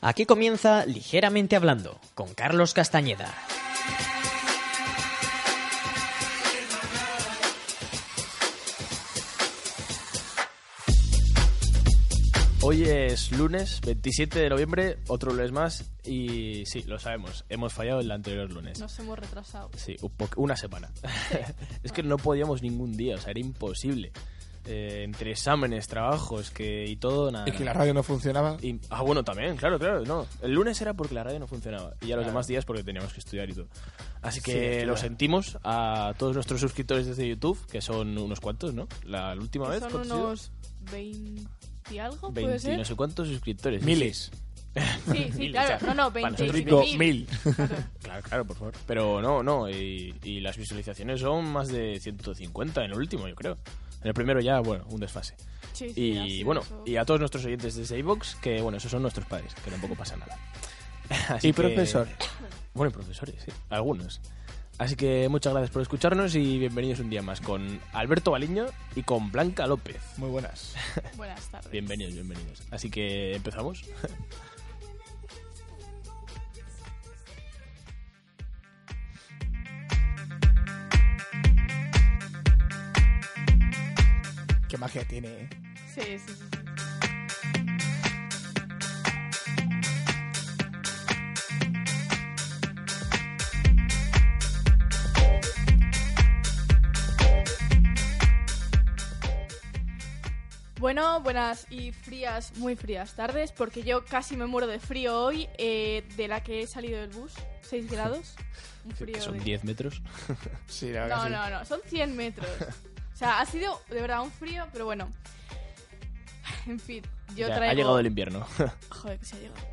Aquí comienza Ligeramente Hablando con Carlos Castañeda. Hoy es lunes 27 de noviembre, otro lunes más y sí, lo sabemos, hemos fallado el anterior lunes. Nos hemos retrasado. Sí, un po- una semana. es que no podíamos ningún día, o sea, era imposible. Eh, entre exámenes, trabajos que, y todo, nada. Y que la radio no funcionaba. Y- ah, bueno, también, claro, claro, no. El lunes era porque la radio no funcionaba y ya los demás días porque teníamos que estudiar y todo. Así que lo sentimos a todos nuestros suscriptores desde YouTube, que son unos cuantos, ¿no? La, la última vez. Son ¿cuántos ha sido? unos 20 y algo, ¿puede 20 y ser? no sé cuántos suscriptores. Miles. Sí, sí, Mil, o claro. sea, No, no, para 20 nosotros y Digo, mil. mil. Claro, claro, por favor. Pero no, no, y, y las visualizaciones son más de 150 en el último, yo creo. En el primero ya, bueno, un desfase. Sí, sí, ha Y sido bueno, eso. y a todos nuestros oyentes desde iVox, que bueno, esos son nuestros padres, que tampoco pasa nada. Así Y que- profesor. Bueno, y profesores, sí, algunos. Así que muchas gracias por escucharnos y bienvenidos un día más con Alberto Baliño y con Blanca López. Muy buenas. Buenas tardes. Bienvenidos, bienvenidos. Así que empezamos. Qué magia tiene. ¿eh? Sí, sí, sí, sí. Bueno, buenas y frías, muy frías tardes, porque yo casi me muero de frío hoy, eh, de la que he salido del bus, 6 grados. Un frío Que son de- 10 metros. Sí, la verdad. no, que sí. no, no, son 100 metros. O sea, ha sido de verdad un frío, pero bueno. En fin, yo Ya, traigo. Ha llegado el invierno. Joder, que se ha llegado.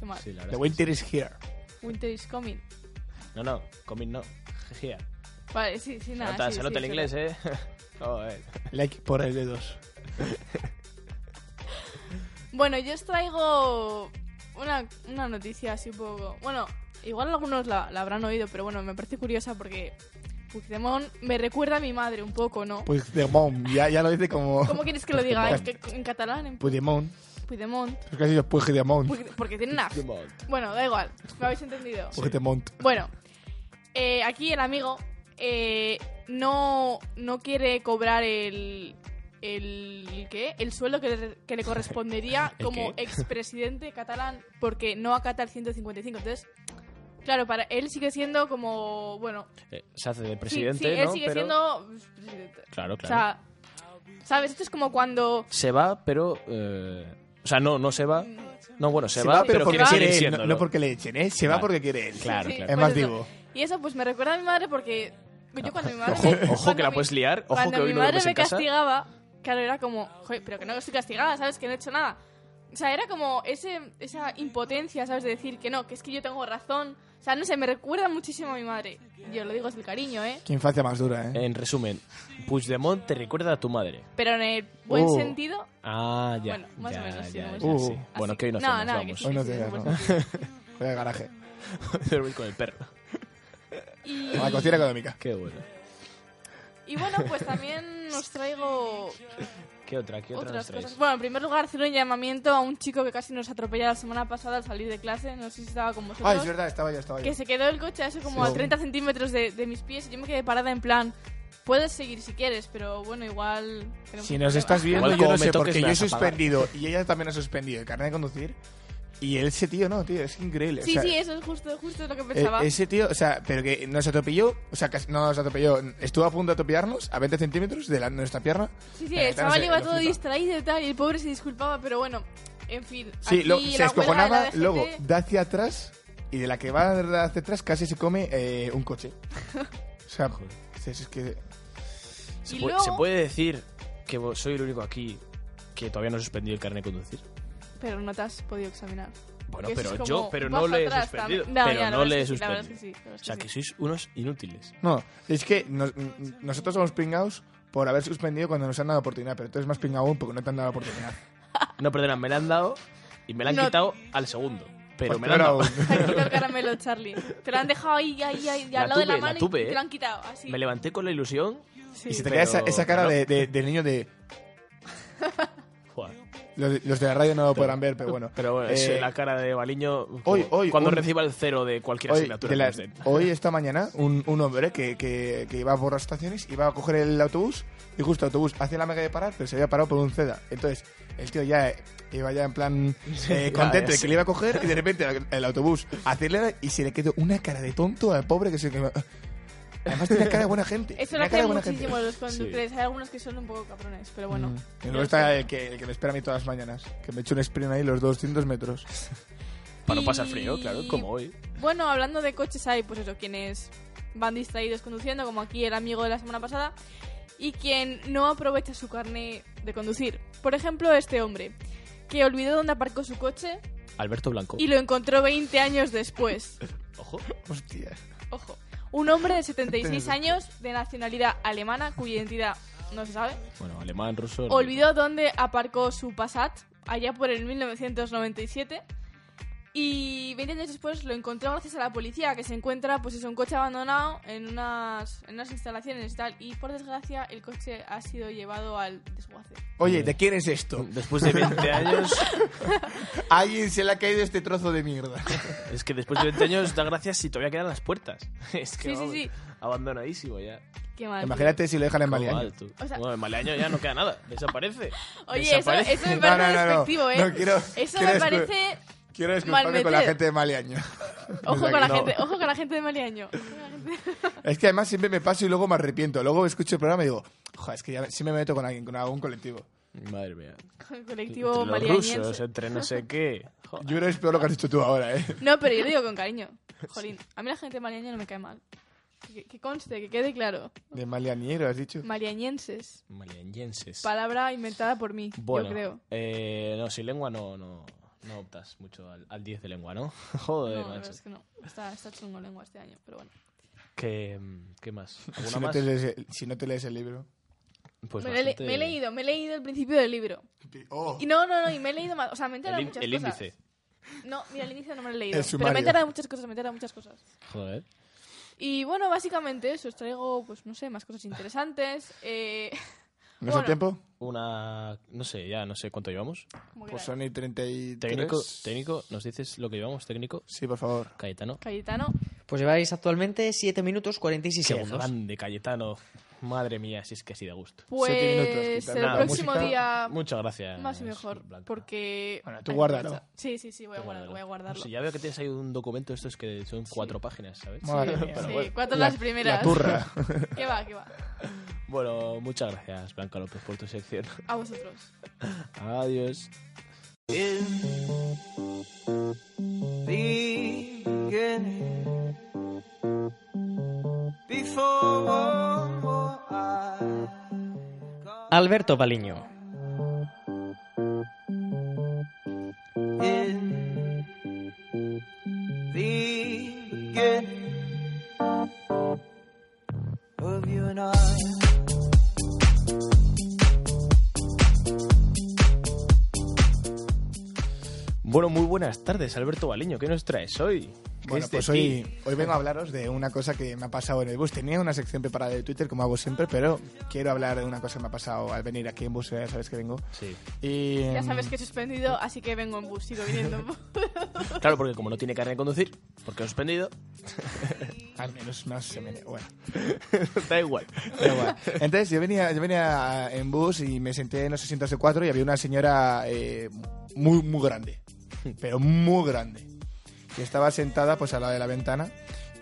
Qué mal. Sí, la verdad es The que winter is here. Winter is coming. No, no, coming no. Jeje. Vale, sí, sí, Se nada. nota, sí, se sí, nota el sí, inglés, eh. Joder. Like por el dedos. eh. Bueno, yo os traigo una, una noticia así un poco. Bueno, igual algunos la, la habrán oído, pero bueno, me parece curiosa porque Puigdemont me recuerda a mi madre un poco, ¿no? Pues de mom. Ya, ya lo dice como. ¿Cómo quieres que lo diga? Pues ¿En, qué- en catalán? ¿En Puigdemont. Puigdemont? Es que ha sido Puigdemont. Porque, porque tiene una. Dumont. Bueno, da igual, me habéis entendido. Puigdemont. Bueno, eh, aquí el amigo eh, no, no quiere cobrar el. El, ¿qué? el sueldo que le, que le correspondería ¿El como qué? expresidente catalán porque no acata el 155. Entonces, claro, para él sigue siendo como, bueno, sí, Eh, se hace de sí, presidente, él ¿no? sigue Pero- siendo presidente. Claro, O claro. sea, ¿sabes? Esto es como cuando... se va, pero... eh, O sea, no, no se va. No, bueno, se, Se va, quiere pero porque seguir quiere él. siéndolo. No, no porque le echen, ¿eh? Se va Vale. porque quiere él. Claro, Sí, claro. Es más, pues eso. digo. Y eso pues me recuerda a mi madre porque yo cuando mi madre... Ojo, ojo cuando que la mi- puedes liar. Ojo Cuando que hoy mi no madre duermes me en casa. castigaba, claro, era como, "Joder, pero que no estoy castigada, ¿sabes? Que no he hecho nada. O sea, era como ese, esa impotencia, ¿sabes? De decir que no, que es que yo tengo razón. O sea, no sé, me recuerda muchísimo a mi madre. Yo lo digo es el cariño, ¿eh? Qué infancia más dura, ¿eh? En resumen, Puigdemont te recuerda a tu madre. Pero en el buen Oh. sentido. Ah, ya. Bueno, más ya, o menos, sí, ya, no ya, me sí. suena. Bueno, así- que hoy no, no, hacemos, nada, que vamos. sí, Hoy no sí, te sí, das, sí, ¿no? sí. Voy al garaje. Dormir con el perro. Y, A la cocina económica. Qué bueno. y bueno, pues también nos traigo ¿Qué otra? ¿Qué otra nos otras traes? cosas. Bueno, en primer lugar, hacer un llamamiento a un chico que casi nos atropella la semana pasada al salir de clase. No sé si estaba con vosotros. Ay, es verdad, estaba yo, estaba yo. que se quedó el coche a eso como Sí. a 30 centímetros de, de mis pies y yo me quedé parada en plan, puedes seguir si quieres, pero bueno, igual... tenemos Si un nos problema". estás viendo, Igual yo como no me sé, toques, porque me yo he vas a pagar. suspendido y ella también ha suspendido el carnet de conducir. Y ese tío, no, tío, es increíble. o Sí, sea, sí, eso es justo, justo lo que e- pensaba. ese tío, o sea, pero que nos atropelló, o sea, casi, no nos atropelló, estuvo a punto de atropellarnos a 20 centímetros de la- nuestra pierna. sí, sí, Pero el claro, chaval se- iba lo todo flipa. distraído y tal, y el pobre se disculpaba, pero bueno, en fin. Sí, aquí lo- la se huelga de la descojonaba, DGT, luego da hacia atrás y de la que va de hacia atrás casi se come eh, un coche. o sea, es, es que. ¿Se, Y puede, luego- se puede decir que vo- soy el único aquí que todavía no he suspendido el carnet de conducir? Pero no te has podido examinar. Bueno, Que eso pero es como, yo pero no vas le he atrás suspendido. también. No, pero ya, la no verdad le he es que sí, la verdad suspendido. es que sí, la verdad es o sea, que que sí. sois unos inútiles. No, es que nos- n- nosotros somos pringados por haber suspendido cuando nos han dado oportunidad, pero tú eres más pringado aún porque no te han dado oportunidad. No, perdona, me la han dado y me la han No. quitado al segundo. Pero Pues me la han peor dado. aún. Te han quitado el caramelo, Charlie. Te lo han dejado ahí, ahí, ahí, La al lado de la tuve, la mano tuve, y ¿eh? te lo han quitado. Así. Me levanté con la ilusión. Sí. Y se te Pero- queda esa, esa cara pero de, de- del niño de. Joder, Los, de- los de la radio no lo podrán ver, pero bueno. Pero bueno, es Eh, la cara de Baliño hoy- hoy- cuando un- reciba el cero de cualquier Hoy, asignatura. pues, eh, de que la- nos den. hoy, esta mañana, un, un hombre que, que, que iba por las estaciones iba a coger el autobús y justo el autobús hacía la mega de parar, pero se había parado por un ceda. Entonces, el tío ya eh, iba ya en plan eh, contento de sí. que le iba a coger y de repente el- el autobús acelera y se le quedó una cara de tonto al pobre que se que- Además tiene cara de buena gente. Eso lo tenía cara hacen de buena gente. Mm. muchísimo los conductores. Hay algunos que son un poco cabrones, pero bueno. Y luego está el que, el que me espera a mí todas las mañanas, que me echa un sprint ahí los 200 metros. Para no pasar Y- frío, claro, como hoy. Bueno, hablando de coches, hay pues eso, quienes van distraídos conduciendo, como aquí el amigo de la semana pasada, y quien no aprovecha su carne de conducir. Por ejemplo, este hombre, que olvidó dónde aparcó su coche Alberto Blanco. y lo encontró 20 años después. Ojo. Hostia. Ojo. Un hombre de 76 años, de nacionalidad alemana, cuya identidad no se sabe, Bueno, alemán, ruso. olvidó dónde aparcó su Passat, allá por el 1997. Y 20 años después lo encontró gracias a la policía, que se encuentra pues es un coche abandonado en unas, en unas instalaciones y tal. Y por desgracia el coche ha sido llevado al desguace. Oye, ¿de quién es esto? Después de 20 años. A alguien se le ha caído este trozo de mierda. Es que después de 20 años da gracias si todavía quedan las puertas. Es que Sí, sí, vamos, sí. abandonadísimo ya. Qué mal. Imagínate si lo dejan en ¿Cómo Baleaño. va tú? O sea- Bueno, en Malaño ya no queda nada, desaparece. Oye, eso, Desaparece. eso me No, parece no, no, no. despectivo, ¿eh? No, quiero- eso quiero me escu- parece... Quiero disculparme con la Malmeter. gente de Maleaño. Ojo O sea con, la que no. gente, ojo con la gente de Maliaño. Ojo con la gente- Es que además siempre me paso y luego me arrepiento. Luego escucho el programa y digo, joder, es que ya sí me meto con alguien, con algún colectivo. Madre mía. con el Entre colectivo los maliañense. rusos, eh. entre no sé qué. Jo. Yo creo que es peor lo que has hecho tú ahora, ¿eh? No, pero yo lo digo con cariño. Jolín, a mí la gente maliaña no me cae mal. Que, que conste, que quede claro. De maleañero, has dicho. Maliañenses. Malayenses. Palabra inventada por mí, Bueno, yo creo. eh, no, sin lengua no, no, no optas mucho al, al 10 de lengua, ¿no? Joder, no, la macho. verdad es que no. Está, está chungo lengua este año, pero bueno. ¿Qué, mm, qué más? ¿Alguna Si no, más? te lees el, si no te lees el libro. Pues me, lo he le- bastante- me he leído, me he leído el principio del libro. Oh, Y no, no, no, y me he leído más. O sea, me he enterado El, de in- muchas el cosas. índice. No, mira, el índice no me lo he leído. El Pero me sumario. he enterado de muchas cosas, me he enterado de muchas cosas. Joder. Y bueno, básicamente eso. Os traigo, pues no sé, más cosas interesantes. Eh, ¿No es el bueno, tiempo? Una. No sé, ya no sé cuánto llevamos. como queráis. Pues son y 33. Técnico, técnico, ¿nos dices lo que llevamos, técnico? Sí, por favor. Cayetano. Cayetano. Pues lleváis actualmente 7 minutos 46 Qué segundos. grande, Cayetano. Madre mía, si es que así da gusto. Siete Pues minutos, el quitando la próximo música. día Muchas gracias. más y mejor, Ah, Blanca. porque... Bueno, tú Ay, guárdalo. macho. Sí, sí, sí, voy a Tú guardarlo. Voy a guardarlo. Sí, ya veo que tienes ahí un documento, estos que son cuatro páginas, ¿sabes? Madre Sí, mía. sí, bueno. cuatro La- las primeras. La turra. ¿Qué va, qué va? Bueno, muchas gracias, Blanca López, por tu sección. A vosotros. Adiós. beginning before I Alberto Baliño. in the beginning of you and I. Bueno, muy buenas tardes, Alberto Baliño. ¿Qué nos traes hoy? ¿Qué Bueno, es de pues ti? hoy, hoy vengo a hablaros de una cosa que me ha pasado en el bus. Tenía una sección preparada de Twitter, como hago siempre, pero quiero hablar de una cosa que me ha pasado al venir aquí en bus, ya sabes que vengo. Sí. Y, Ya sabes que he suspendido, así que vengo en bus, sigo viniendo. en bus. Claro, porque como no tiene carne de conducir, porque ha suspendido, mm, Al menos no se me... Bueno, da igual. da igual. Entonces yo venía, yo venía en bus y me senté en los asientos de cuatro y había una señora eh, muy, muy grande. Pero muy grande. Y estaba sentada pues al lado de la ventana.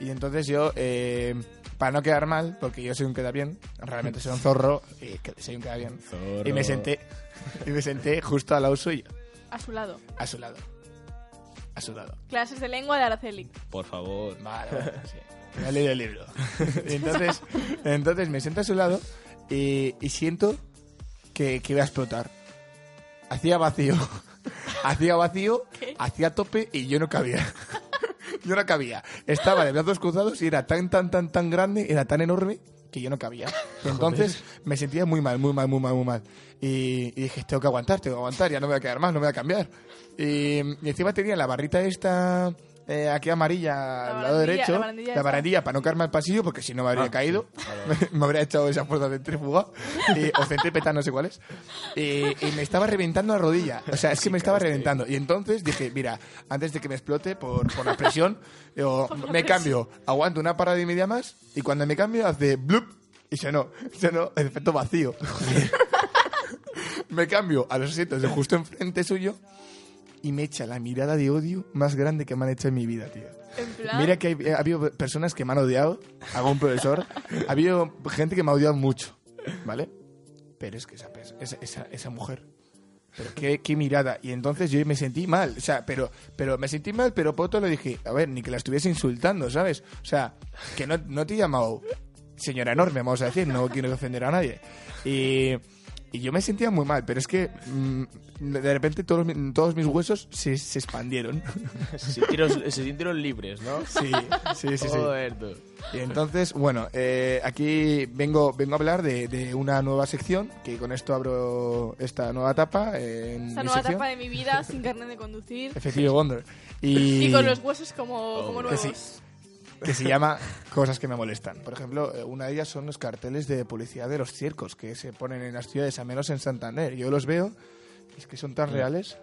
Y entonces yo, eh, para no quedar mal, porque yo soy un queda bien, realmente soy un zorro y que- soy un queda bien. Y me senté, y me senté justo al lado suyo, A su lado. a su lado. A su lado. Clases de lengua de Araceli. Por favor. Vale, vale, sí. Me he leído el libro. entonces, entonces me siento a su lado y, y siento que, que iba a explotar. Hacía vacío. Hacía vacío, hacía tope y yo no cabía. Yo no cabía. Estaba de brazos cruzados y era tan, tan, tan, tan grande, era tan enorme que yo no cabía. Entonces me sentía muy mal, muy mal, muy mal, muy mal. Y, y dije, tengo que aguantar, tengo que aguantar, ya no me voy a quedar más, no me voy a cambiar. Y, y encima tenía la barrita esta eh, aquí amarilla al lado barandilla, derecho, la la barandilla barandilla, esta. para no caerme al pasillo, porque si no me habría Ah, caído, me habría echado esa fuerza centrífuga, y, o centrípeta, no sé cuál es, y, y me estaba reventando la rodilla, o sea, es que me estaba reventando, y entonces dije, mira, antes de que me explote por, por la presión, digo, Por la me cambio, aguanto una parada y media más, y cuando me cambio hace blup, y se no, se no, efecto vacío. me cambio a los asientos de justo enfrente suyo, y me echa la mirada de odio más grande que me han hecho en mi vida, tío. En plan, Mira que hay- eh, ha habido personas que me han odiado, algún profesor, ha habido gente que me ha odiado mucho, ¿vale? Pero es que esa, pers- esa, esa, esa mujer, pero qué, qué mirada. Y entonces yo me sentí mal, o sea, pero, pero me sentí mal, pero por otro le dije, a ver, ni que la estuviese insultando, ¿sabes? O sea, que no, no te he llamado señora enorme, vamos a decir, no quiero ofender a nadie. Y, y yo me sentía muy mal, pero es que mm, de repente todos, mi- todos mis huesos se, se expandieron. Se sintieron libres, ¿no? Sí, sí, sí, sí. Joder, tú. Y entonces, bueno, eh, aquí vengo, vengo a hablar de, de una nueva sección, que con esto abro esta nueva etapa. eh, en esta mi nueva sección. etapa de mi vida sin carnet de conducir Efectivo Wonder. Y, y con los huesos como, como Oh, que nuevos. sí. que se llama Cosas que me molestan. Por ejemplo, eh, una de ellas son los carteles de publicidad de los circos que se ponen en las ciudades, a menos en Santander. Yo los veo, y es que son tan reales.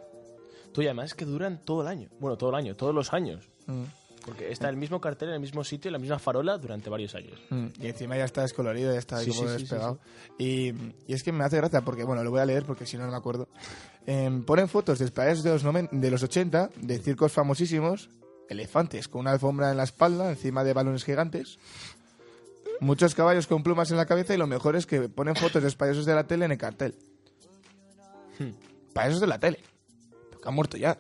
Tú y además que duran todo el año. Bueno, todo el año, todos los años. Mm, Porque está el mismo cartel en el mismo sitio y la misma farola durante varios años. mm. Y encima ya está descolorido, ya está ahí Sí, como sí, sí, sí, despegado. Y, y es que me hace gracia porque, bueno, lo voy a leer porque si no, no me acuerdo. Em, ponen fotos de espadas de los, noven- de los 80, de circos famosísimos, elefantes con una alfombra en la espalda, encima de balones gigantes, muchos caballos con plumas en la cabeza y lo mejor es que ponen fotos de payasos de la tele en el cartel. Payasos de la tele. Pero que han muerto ya.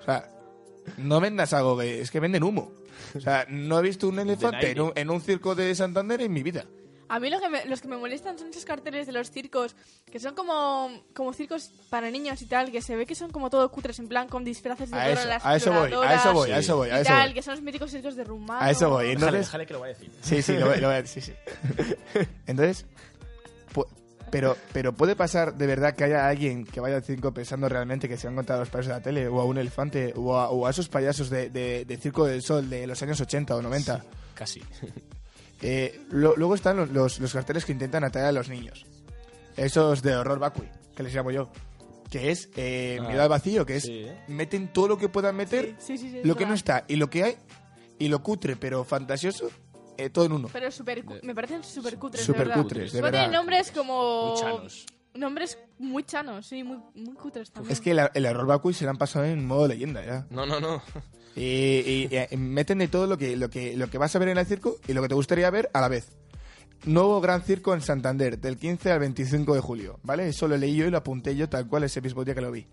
O sea, no vendas algo que... Es que venden humo. O sea, no he visto un elefante en aire. un, en un circo de Santander en mi vida. A mí lo que me- los que me molestan son esos carteles de los circos, que son como, como circos para niños y tal, que se ve que son como todo cutres, en plan con disfraces de A Dora eso, la a eso voy, a eso Exploradora voy, a eso voy, y a eso tal, voy. que Ah, son los míticos circos de Rumano. A eso voy. Déjale, Entonces, déjale que lo vaya a decir. Sí, sí, lo, voy- lo voy a- sí, sí. Entonces, pu- pero, pero puede pasar de verdad que haya alguien que vaya al circo pensando realmente que se han encontrado a los payasos de la tele o a un elefante o a, o a esos payasos de, de- de Circo del Sol de los años 80 o 90. Casi. Eh, lo- luego están los, los, los carteles que intentan atraer a los niños. Esos de horror vacui, que les llamo yo. Que es eh, Ah, miedo al vacío, que es sí, ¿eh? meten todo lo que puedan meter, Sí, sí, sí, es lo que verdad. no está y lo que hay, y lo cutre pero fantasioso, eh, todo en uno. Pero super, cu- me parecen super cutres, de verdad. Supercutres, de Luego tienen verdad. nombres como... Muy chanos. Nombres muy chanos, sí, muy, muy cutres también. Es que la- el error vacui se lo han pasado en modo leyenda ya. No, no, no. Y, y- y meten de todo lo que, lo, que, lo que vas a ver en el circo y lo que te gustaría ver a la vez. Nuevo Gran Circo en Santander, del 15 al 25 de julio, ¿vale? Eso lo leí yo y lo apunté yo tal cual ese mismo día que lo vi.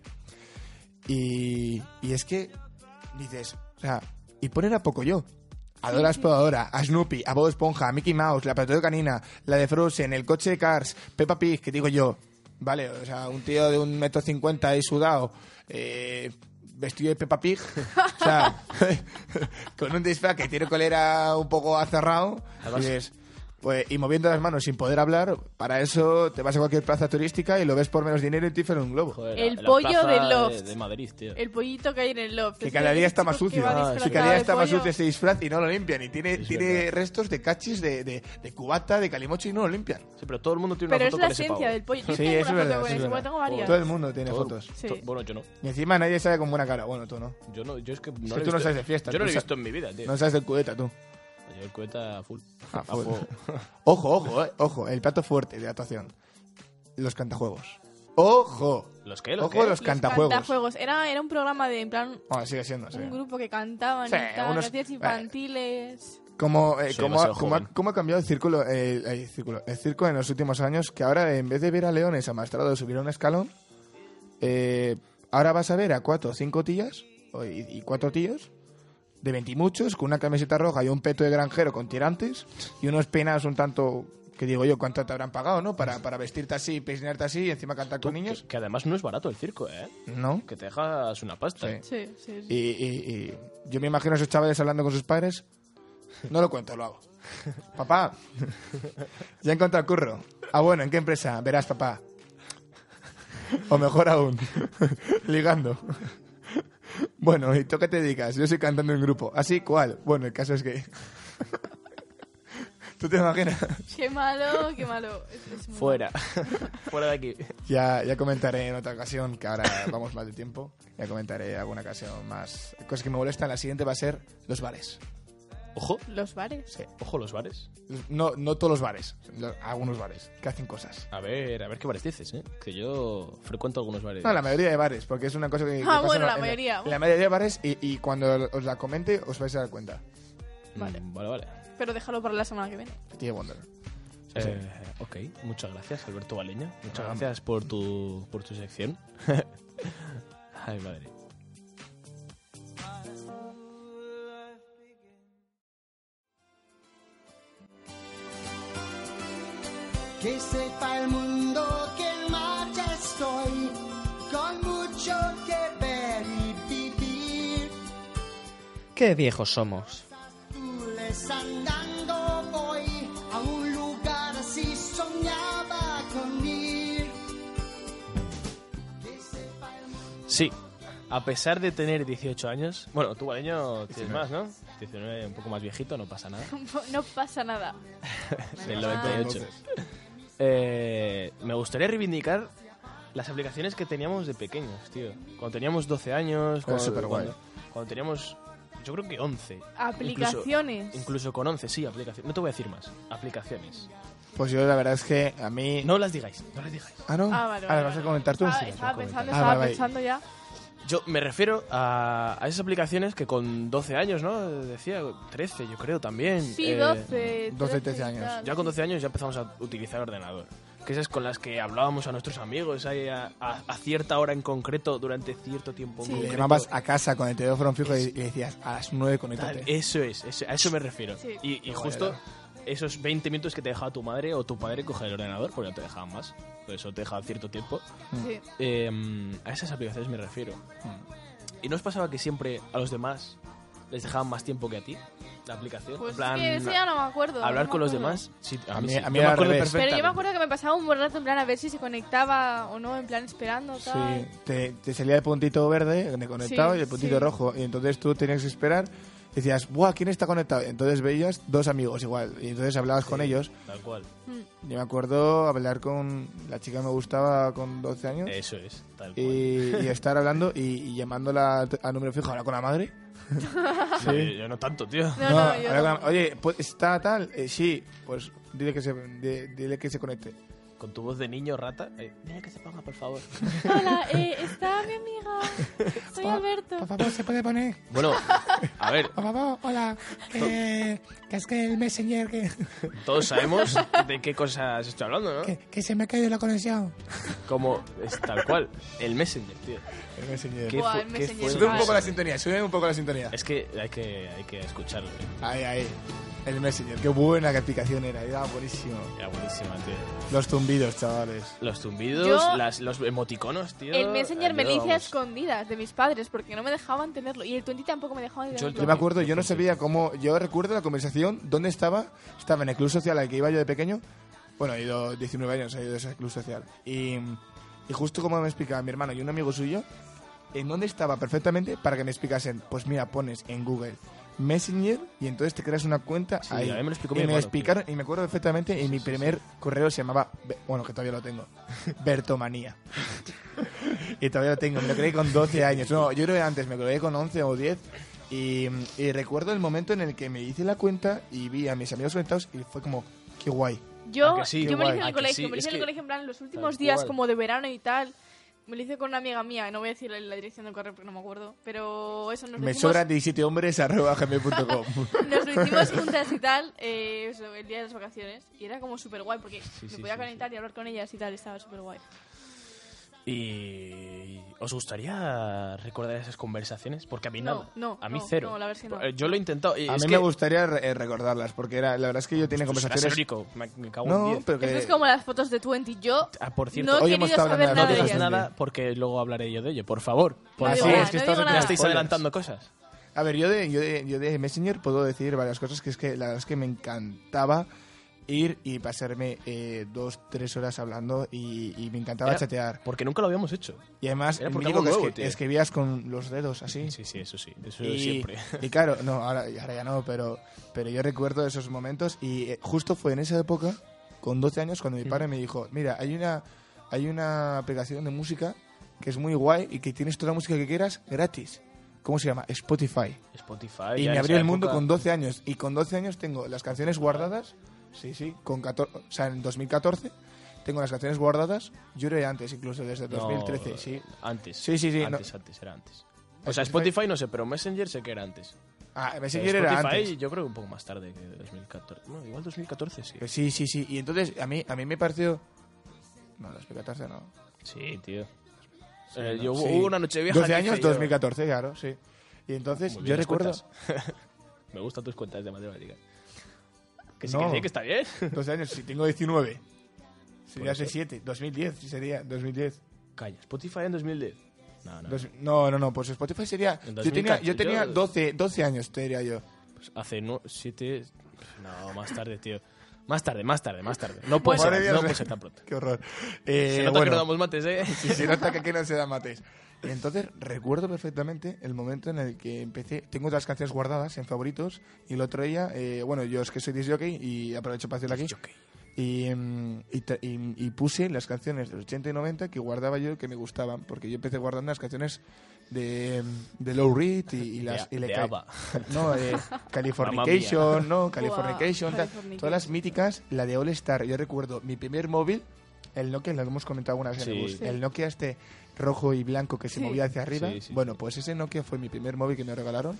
Y, y es que dices, o sea, y ponen a poco yo. A Dora Exploradora, a Snoopy, a Bob Esponja, a Mickey Mouse, la Patrulla Canina, la de Frozen, el coche de Cars, Peppa Pig, que digo yo, vale, o sea, un tío de un metro cincuenta ahí sudado, eh, vestido de Peppa Pig, o sea, con un disfraz que tiene colera un poco azarrado, Además- dices, pues, y moviendo las manos sin poder hablar, para eso te vas a cualquier plaza turística y lo ves por menos dinero y te inflan un globo. Joder, El la pollo plaza de Eh, Loft. De, Madrid, tío. El pollito que hay en el loft. Que Pues Es cada que ese día está más chico que sucio. va Ah, sí. Que disfrazado cada día de está más pollo. sucio ese disfraz y no lo limpian. Y tiene, Sí, es tiene verdad. restos de cachis de, de, de cubata, de calimocho y no lo limpian. Sí, pero todo el mundo tiene Pero una es foto la con ese pavo. ¿eh? esencia del pollo. Yo Sí, tengo es una verdad, foto con ese, es verdad. bueno, tengo varias. Todo el mundo tiene Todo- fotos. Sí. to- Bueno, yo no. Y encima nadie sabe con buena cara. Bueno, tú no. Yo no, yo es que no que lo he tú no visto- sales de fiesta, Yo no tú lo he sa- visto en mi vida, tío. No sabes del cubeta, tú. Yo el cubeta full. Ah, A full. fuego. Ojo, ojo, eh. Ojo, el plato fuerte de actuación. Los cantajuegos. ¡Ojo! ¿Los qué? ¿Los ojo qué? los Los cantajuegos. cantajuegos. Era, era un programa de, en plan, Bueno, sigue siendo, sí. un grupo que cantaban Sí, eh, y tal, unos- canciones infantiles. ¿Cómo, eh, Soy cómo, demasiado ha- cómo ha- joven. cómo ha cambiado el, círculo, eh, el, círculo- el circo en los últimos años? Que ahora, en vez de ver a leones amastrados subir a un escalón, eh, ahora vas a ver a cuatro o cinco tías o- y, y cuatro tíos de veintimuchos con una camiseta roja y un peto de granjero con tirantes y unos peinados un tanto que digo yo, ¿cuánto te habrán pagado, no? Para, para vestirte así, peinarte así y encima cantar Tú, con niños. Que, que además no es barato el circo, ¿eh? No. Que te dejas una pasta. Sí. Sí, sí, Y, sí. y- y yo me imagino a esos chavales hablando con sus padres. No lo cuento, lo hago. Papá, ya he encontrado curro. Ah, bueno, ¿en qué empresa? Verás, papá. O mejor aún, ligando. Bueno, ¿y tú a qué te dedicas? Yo soy cantando en grupo. ¿Así cuál? Bueno, el caso es que... ¿Tú te imaginas? Qué malo, qué malo. Es- es muy Fuera. Fuera de aquí. Ya, ya comentaré en otra ocasión, que ahora vamos mal de tiempo. Ya comentaré alguna ocasión más. Cosas que me molestan. La siguiente va a ser los bares. Ojo, malo. Los bares. ojo los bares. No, no todos los bares, lo- algunos bares que hacen cosas. A ver, a ver qué bares dices, ¿eh? Que yo frecuento algunos bares. No, la mayoría de bares, porque es una cosa que. que pasa Ah, bueno, en la en mayoría. en la mayoría de bares, y, y cuando os la comente, os vais a dar cuenta. Mm, Vale. vale, vale. Pero déjalo para la semana que viene. Tío Wonder. Eh, ok, muchas gracias, Alberto Baleña. Muchas Nada. gracias por tu, por tu sección. Ay, madre. Que sepa el mundo que en marcha estoy, con mucho que ver y vivir. Qué viejos somos. Azules andando voy a un lugar así soñaba con ir. Que sepa el mundo Sí, a pesar de tener 18 años. Bueno, tú, Baleño, tienes más, ¿no? 19, un poco más viejito, no pasa nada. No pasa nada. Ah, Del 98. Eh, me gustaría reivindicar las aplicaciones que teníamos de pequeños, tío. Cuando teníamos 12 años, cuando, superguay. cuando, cuando teníamos, yo creo que 11. Aplicaciones. Incluso, incluso con 11, sí, aplicaciones. No te voy a decir más. Aplicaciones. Eh, Pues yo la verdad es que a mí. No las digáis, no las digáis. Ah, no. Ah, vale, Ah, ¿la vale, vas a vale. comentar tú? Ah, Sí, estaba la puedo pensando, comentar. estaba Ah, vale, vale. pensando ya. Yo me refiero a, a esas aplicaciones que con 12 años, ¿no? Decía 13, yo creo también. Sí, Eh, 12. 13 12, 13 y años. tal. Ya con 12 años ya empezamos a utilizar ordenador. Que esas con las que hablábamos a nuestros amigos ahí a, a- a cierta hora en concreto, durante cierto tiempo. en Sí. Le concreto. llamabas a casa con el teléfono fijo y, y decías a las Tal, 9 eh, conéctate. Eso es, eso- a eso me refiero. Sí. Y, y Joder. justo esos 20 minutos que te dejaba tu madre o tu padre coger el ordenador, porque no te dejaban más. Por eso te dejaba cierto tiempo. Sí. Eh, a esas aplicaciones me refiero. ¿Y no os pasaba que siempre a los demás les dejaban más tiempo que a ti? La aplicación. Pues En plan, es que eso ya no me acuerdo. hablar no me con los acuerdo. demás. Sí, a, A mí, mí- sí. a mí Yo me al acuerdo revés. Pero yo me perfectamente. acuerdo que me pasaba un buen rato en plan a ver si se conectaba o no, en plan esperando tal. Sí, te, te salía el puntito verde de conectado Sí, y el puntito sí. rojo. Y entonces tú tenías que esperar. y Decías, ¡buah! ¿Quién está conectado? Y entonces veías dos amigos igual. Y entonces hablabas con ellos. Tal cual. Yo me acuerdo hablar con la chica que me gustaba con 12 años. Eso es, tal cual. Y, y estar hablando y, y llamándola a- a número fijo. Hablar con la madre. No, yo- yo no tanto, tío. No, No, no, yo hablar no. con la- Oye, pues, ¿está tal? Eh, sí. Pues dile que se, di- dile que se conecte. Con tu voz de niño rata. eh, mira que se ponga, por favor. Hola, eh, está mi amiga. Soy Pa- Alberto. Por favor, ¿se puede poner? Bueno, a ver, Por favor, hola. Que, que es que el messenger que... todos sabemos de qué cosas estoy hablando, ¿no? se me ha caído la conexión. Como, es tal cual, el Messenger, tío. El messenger. ¿Qué Buah, fue- el qué Messenger fue es el Sube un poco la Messenger? sintonía, sube un poco la sintonía. Es que hay que, hay que escucharlo, eh. tío. Ahí, ahí. El messenger, qué buena que aplicación era, era buenísimo. Era buenísima, tío. Los zumbidos, chavales. Los zumbidos, Yo- las, los emoticonos, tío. El Messenger me lo hice a vamos. escondidas de mis padres porque no me dejaban tenerlo. Y el Twenty tampoco me dejaban Yo el Yo tenerlo. me acuerdo, yo no sabía cómo. Yo recuerdo la conversación, ¿dónde estaba? Estaba en el club social al que iba yo de pequeño. Bueno, he ido 19 años, he ido a ese club social. Y, y justo como me explicaba mi hermano y un amigo suyo, en dónde estaba perfectamente para que me explicasen. Pues mira, pones en Google Messenger y entonces te creas una cuenta Sí, ahí. a mí me lo explicó y mi me hermano, explicaron, y me acuerdo perfectamente, y mi primer correo se llamaba, Be- bueno, que todavía lo tengo, Bertomanía. Y todavía lo tengo, me lo creé con 12 años. No, yo creo que antes, me lo creé con 11 o 10. Y, y recuerdo el momento en el que me hice la cuenta y vi a mis amigos conectados y fue como, qué guay. Yo, ¿A Ah, que sí? yo Qué me lo guay. hice en ¿A el que colegio, sí? me lo hice Es en el que- colegio en plan los últimos Tal días cual. como de verano y tal. Me lo hice con una amiga mía, no voy a decir la dirección del correo porque no me acuerdo, pero eso nos lo Me hicimos- sobran 17 hombres arroba gmail.com. Nos lo hicimos juntas y tal, eh, eso, el día de las vacaciones. Y era como súper guay porque me sí, podía sí, conectar y hablar con ellas y tal, estaba súper guay. ¿Y os gustaría recordar esas conversaciones? Porque a mí No, nada. no, a mí no, cero. no, la verdad es que no. Eh, Yo lo he intentado. Y A es mí que, me gustaría re- eh, recordarlas porque era, la verdad es que yo tenía pues, era ser conversaciones... único, Me, me cago en No, diez. pero que... Esto es como las fotos de Twenty. Yo Ah, por cierto, no hoy he hemos querido estado saber nada hablando no de de digas ellas. nada porque luego hablaré yo de ello. Por favor. Por No digo favor. nada, no Ya digo nada. estáis Spoilers. adelantando cosas. A ver, yo de, yo, de, yo de Messenger puedo decir varias cosas que es que la verdad es que me encantaba ir y pasarme eh, dos, tres horas hablando y, y me encantaba Era- chatear. Porque nunca lo habíamos hecho. Y además, Era me porque digo que, hago escri- huevo, tío. escribías con los dedos así. Sí, sí, eso sí. Eso y, siempre. y claro, no, ahora, ahora ya no, pero, pero yo recuerdo esos momentos y eh, justo fue en esa época, con 12 años, cuando mi padre me dijo, mira, hay una, hay una aplicación de música que es muy guay y que tienes toda la música que quieras gratis. ¿Cómo se llama? Spotify. Spotify. Y ya me en abrió esa el mundo época- con 12 años. Y con 12 años tengo las canciones guardadas. Sí, sí. Con 14, o sea, en 2014 tengo las canciones guardadas. Yo era antes, incluso desde No, eh, 2013. Sí. Antes. Sí, sí, sí, Antes, no. antes, era antes. O sea, Spotify- Spotify no sé, pero Messenger sé que era antes. Ah, a ver si Eh, quiere era Spotify antes. yo creo que un poco más tarde que 2014. No, igual 2014 sí. Pues sí, sí, sí. Y entonces a mí, a mí me pareció. No, 2014 no. Sí, tío. Sí, Eh, no, yo, sí. Hubo una noche vieja. 12 que años, hice yo. 2014, claro, sí. Y entonces Muy bien yo las recuerdo. cuentas. Me gustan tus cuentas de matemáticas. Que sí, No. que sí, que está bien. 12 años, si tengo 19. Sería eso. hace 7. 2010, sí sería. 2010. Calla, Spotify en 2010. No, no. Dos- no, no, no. Pues Spotify sería. En Yo tenía, 2014, yo tenía yo- 12, 12 años, te diría yo. Pues hace 7. No, más tarde, tío. Más tarde, más tarde, más tarde. No puede Madre ser, mía, no lo que- puede ser tan pronto. Qué horror. Eh, Se nota que bueno, no damos mates, ¿eh? sí, se nota que aquí no se da mates. Y entonces recuerdo perfectamente el momento en el que empecé. Tengo otras canciones guardadas en favoritos. Y el otro día, eh, bueno, yo es que soy disc jockey y aprovecho para hacerlo aquí. Y, mm, y, tra- y- y puse las canciones del 80 y 90 que guardaba yo que me gustaban. Porque yo empecé guardando las canciones de, mm, de Low Reed y, y las. De- y le de ca- ABBA. No, de Californication, ¿no? Californication, tal. Californication. todas las míticas, la de All Star. Yo recuerdo mi primer móvil, el Nokia, lo hemos comentado algunas veces, en el Sí. bus, el Nokia este rojo y blanco que se Sí. movía hacia arriba. Sí, sí, bueno, pues ese Nokia fue mi primer móvil que me regalaron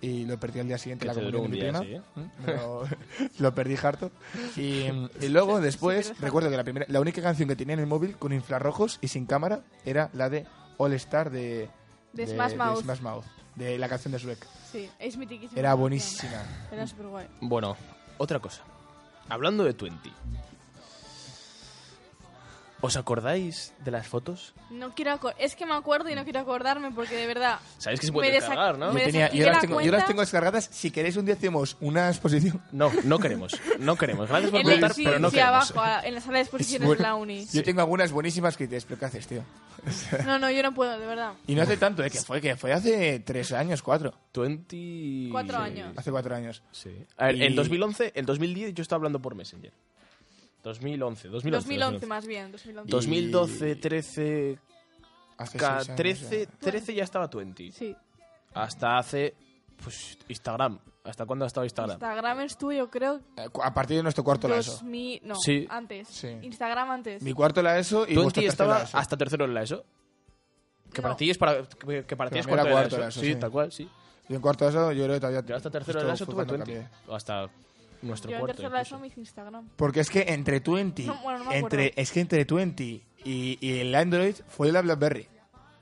y lo perdí al día siguiente Que en la te comunión de mi duró prima. un día, ¿Mm? Pero lo perdí harto. Y, y luego después, recuerdo que la primera, la única canción que tenía en el móvil con infrarrojos y sin cámara era la de All Star de, De Smash Mouth. Ah, Smash Mouth, de la canción de Shrek. Sí, es mitiquísimo. Era buenísima. Era súper guay. Bueno, otra cosa. Hablando de 20. ¿Os acordáis de las fotos? No quiero acor- es que me acuerdo y no quiero acordarme porque de verdad. Sabéis que se Me puede desa- descargar, ¿no? me Yo, tenía- desactivé yo las la tengo, yo cuenta. las tengo descargadas. Si queréis, un día hacemos una exposición. No, no queremos. No queremos. Gracias por En la- preguntar, sí, pero no sí, queremos. abajo, ah. a- en la sala de exposiciones Bueno, de la uni. Yo tengo algunas buenísimas que te explicaces, tío. No, no, yo no puedo, de verdad. Y no hace tanto, ¿eh? Que fue, que fue hace tres años, cuatro. 20... Cuatro años. Hace cuatro años. Sí. A ver, en Y- 2011, en 2010 yo estaba hablando por Messenger. 2011, 2011. 2011 más bien, 2011. 2012, 13, Hace ca- seis años, 13, eh. 13 ya estaba 20. Sí, Hasta hace pues Instagram. ¿Hasta cuándo ha estado Instagram? Instagram es tuyo, creo. Eh, cu- A partir de nuestro cuarto la ESO. 2000, no, Sí. antes. Sí. Instagram antes. Mi cuarto la ESO y vuestro 20 tercero estaba la ESO. hasta tercero en la ESO. Que para No. ti es para que, que para ti Para es mí cuarto de era la cuarto ESO. de la ESO, sí, Pues sí. tal cual, sí. Yo en cuarto de ESO yo creo que todavía... Yo hasta tercero justo de la ESO fue tuve cuando 20. cambié. O hasta nuestro yo en cuarto. tercero de la ESO incluso. me hice Instagram. Porque es que entre 20... No, bueno, no me entre, acuerdo. es que entre 20 y, y el Android fue la BlackBerry.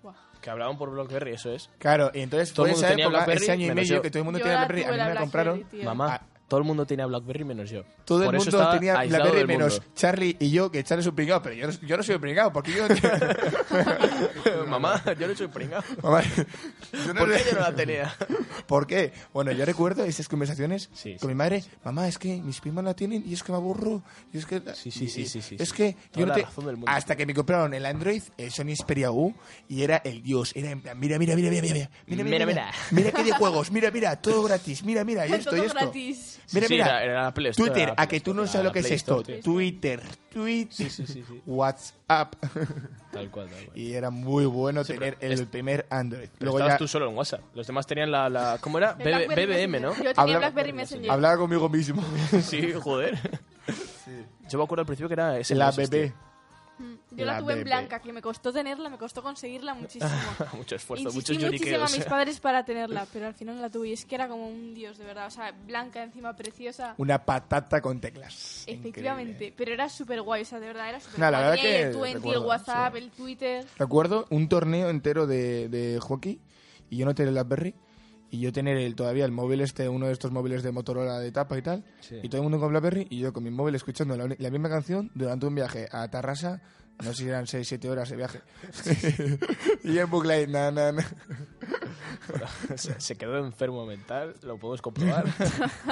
Buah. Que hablaban por BlackBerry, eso es. Claro, y entonces Todo fue el mundo esa tenía época, BlackBerry, ese año y menos medio yo. que todo el mundo Yo tenía la BlackBerry. A tuve mí la me la BlackBerry, compraron... tío. Mamá, Ah. todo el mundo tenía BlackBerry menos yo. Todo Por el eso mundo estaba tenía aislado BlackBerry del mundo. menos Charlie y yo, que Charlie es un pringado, pero yo no, yo no soy un pringado, porque yo... Mamá, yo no soy pringado. Mamá, yo no ¿Por qué sé- yo no la tenía? ¿Por qué? Bueno, yo recuerdo esas conversaciones Sí, con sí. mi madre. Mamá, es que mis primas la tienen y es que me aburro. Y es que... Sí, sí, sí, y- sí, sí, Es sí. que Toda yo no la te- razón del mundo. Hasta que me compraron el Android, el Sony Xperia U, y era el dios. Era en plan, mira, mira, mira, mira, mira, mira, mira, mira, Mira, mira. mira, mira qué de juegos, mira, mira, todo gratis, mira, mira, y esto, Todo y esto. gratis. Mira, Sí, mira, era- era la Play Store, Twitter, era la a que Play tú no Store, sabes lo la que es Play esto. Store, tío. Twitter, sí, Twitter, sí, sí. WhatsApp. Tal cual, tal cual. y era muy bueno Sí, tener pero el es- primer Android. Pero Luego estabas ya tú solo en WhatsApp. Los demás tenían la... la ¿Cómo era? El BB- BlackBerry BBM, ¿no? Messenger. Yo Hablaba- tenía BlackBerry Messenger. hablaba conmigo mismo. Sí, joder. Yo me acuerdo al principio que era ese. la bebé. Mm, Yo la, La tuve en BB. blanca, que me costó tenerla, me costó conseguirla muchísimo. Mucho esfuerzo, Insistí muchos muchísimo a lloriqueos. mis padres para tenerla, pero al final la tuve. Y es que era como un dios, de verdad. O sea, blanca, encima preciosa. Una patata con teclas. Efectivamente, Increíble. pero era súper guay, o sea, de verdad, era súper No, la verdad que el 20, recuerdo, el WhatsApp, sí. el Twitter. Recuerdo un torneo entero de, de hockey y yo no tener la Berry y yo tener el, todavía el móvil este, uno de estos móviles de Motorola de tapa y tal. Sí. Y todo el mundo con BlackBerry y yo con mi móvil escuchando la, uni- la misma canción durante un viaje a Tarrasa, No sé si eran 6, 7 horas de viaje. y en bucle ahí, na, na, na. se, se quedó enfermo mental, lo podemos comprobar.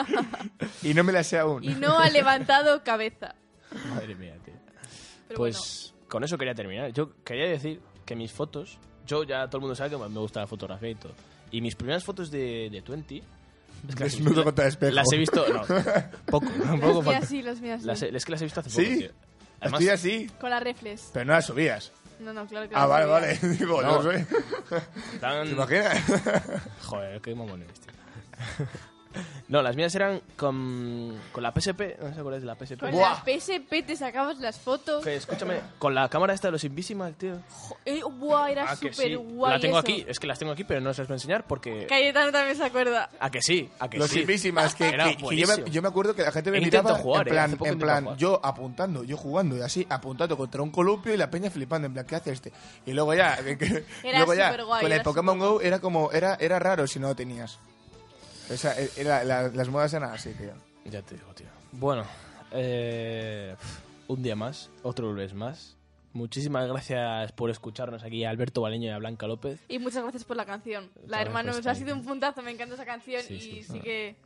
Y no me la sé aún. Y no ha levantado cabeza. Madre mía, tío. Pero pues con eso quería terminar. Yo quería decir que mis fotos, yo ya todo el mundo sabe que me gusta la fotografía y todo. Y mis primeras fotos de, de 20, es que las he visto- Desnudo contra espejo. las he visto, no, poco, un bueno, poco las mías falta. sí, las mías sí. Las he- es que las he visto hace ¿Sí? poco, tío. Además, Estoy así, Con las reflex. pero no las subías. No, no, claro que Ah, las vale, subía. vale. Digo, no, No. sé. tan- ¿Te imaginas? Joder, qué mamones, tío. No, las mías eran con, con la PSP, no sé cuál es la PSP. Con Buah. la PSP te sacabas las fotos. Que, escúchame, con la cámara esta de los Invisimal, tío. Eh, buah, era Ah, que súper sí. guay. La tengo eso. aquí, es que las tengo aquí, pero no se las voy a enseñar porque... Cayetano también se acuerda. A que sí, a que Los sí. invisimas que, Era que- que yo, buenísimo. me, yo me acuerdo que la gente me He intentado miraba jugar, eh, en plan, hace poco he en intentado plan, jugar. yo apuntando, yo jugando y así, apuntando contra un columpio y la peña flipando, en plan, ¿qué hace este? Y luego ya, que- que- Era luego ya superguay, con el era Pokémon superguay. Go era como, era, era raro si no lo tenías. Esa, era- la- las modas eran así, tío. Ya te digo, tío. Bueno, eh, pf, un día más, otro lunes más. Muchísimas gracias por escucharnos aquí a Alberto Baleño y a Blanca López. Y muchas gracias por la canción. La Muchas hermano, gracias, ha Cayetano. sido un puntazo, me encanta esa canción Sí, y sí. sí, que...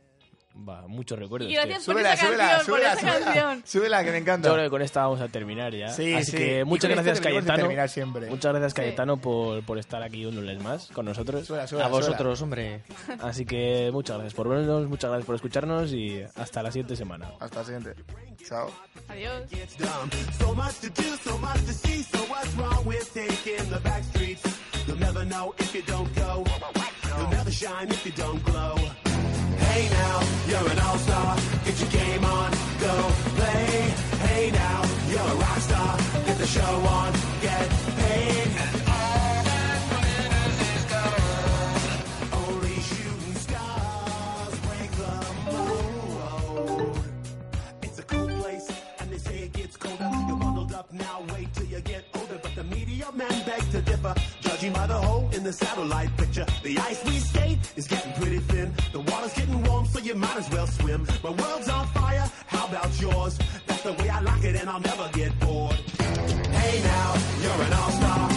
Va, muchos recuerdos. Y tío. gracias por esa canción, por esa canción. súbela, que me encanta. Yo creo que con esta vamos a terminar ya. Sí, Así sí. que Y muchas con esto gracias, deberíamos de Cayetano. este terminar siempre. Muchas gracias, Sí. Cayetano, por, por estar aquí un lunes más con nosotros. Súbela, A súbela, vosotros, hombre. Así que muchas gracias por vernos, muchas gracias por escucharnos y hasta la siguiente semana. súbela. Hasta la siguiente. Chao. Adiós. So much to do, so much to see. So what's wrong with taking the back streets? You'll never know if you don't go. You'll never shine if you don't glow. Hey now, you're an all-star. Get your game on, go play. Hey now, you're a rock star. Get the show on, get paid. And all that glitters is gold. Only shooting stars break the mold. It's a cool place, and they say it gets colder. You're bundled up now, wait till you get older. But the media men beg to differ, judging by the hole in the satellite picture. The ice we skate is getting pretty thin. The water's getting warm, so you might as well swim. My world's on fire, how about yours? That's the way I like it, and I'll never get bored. Hey now, you're an all-star.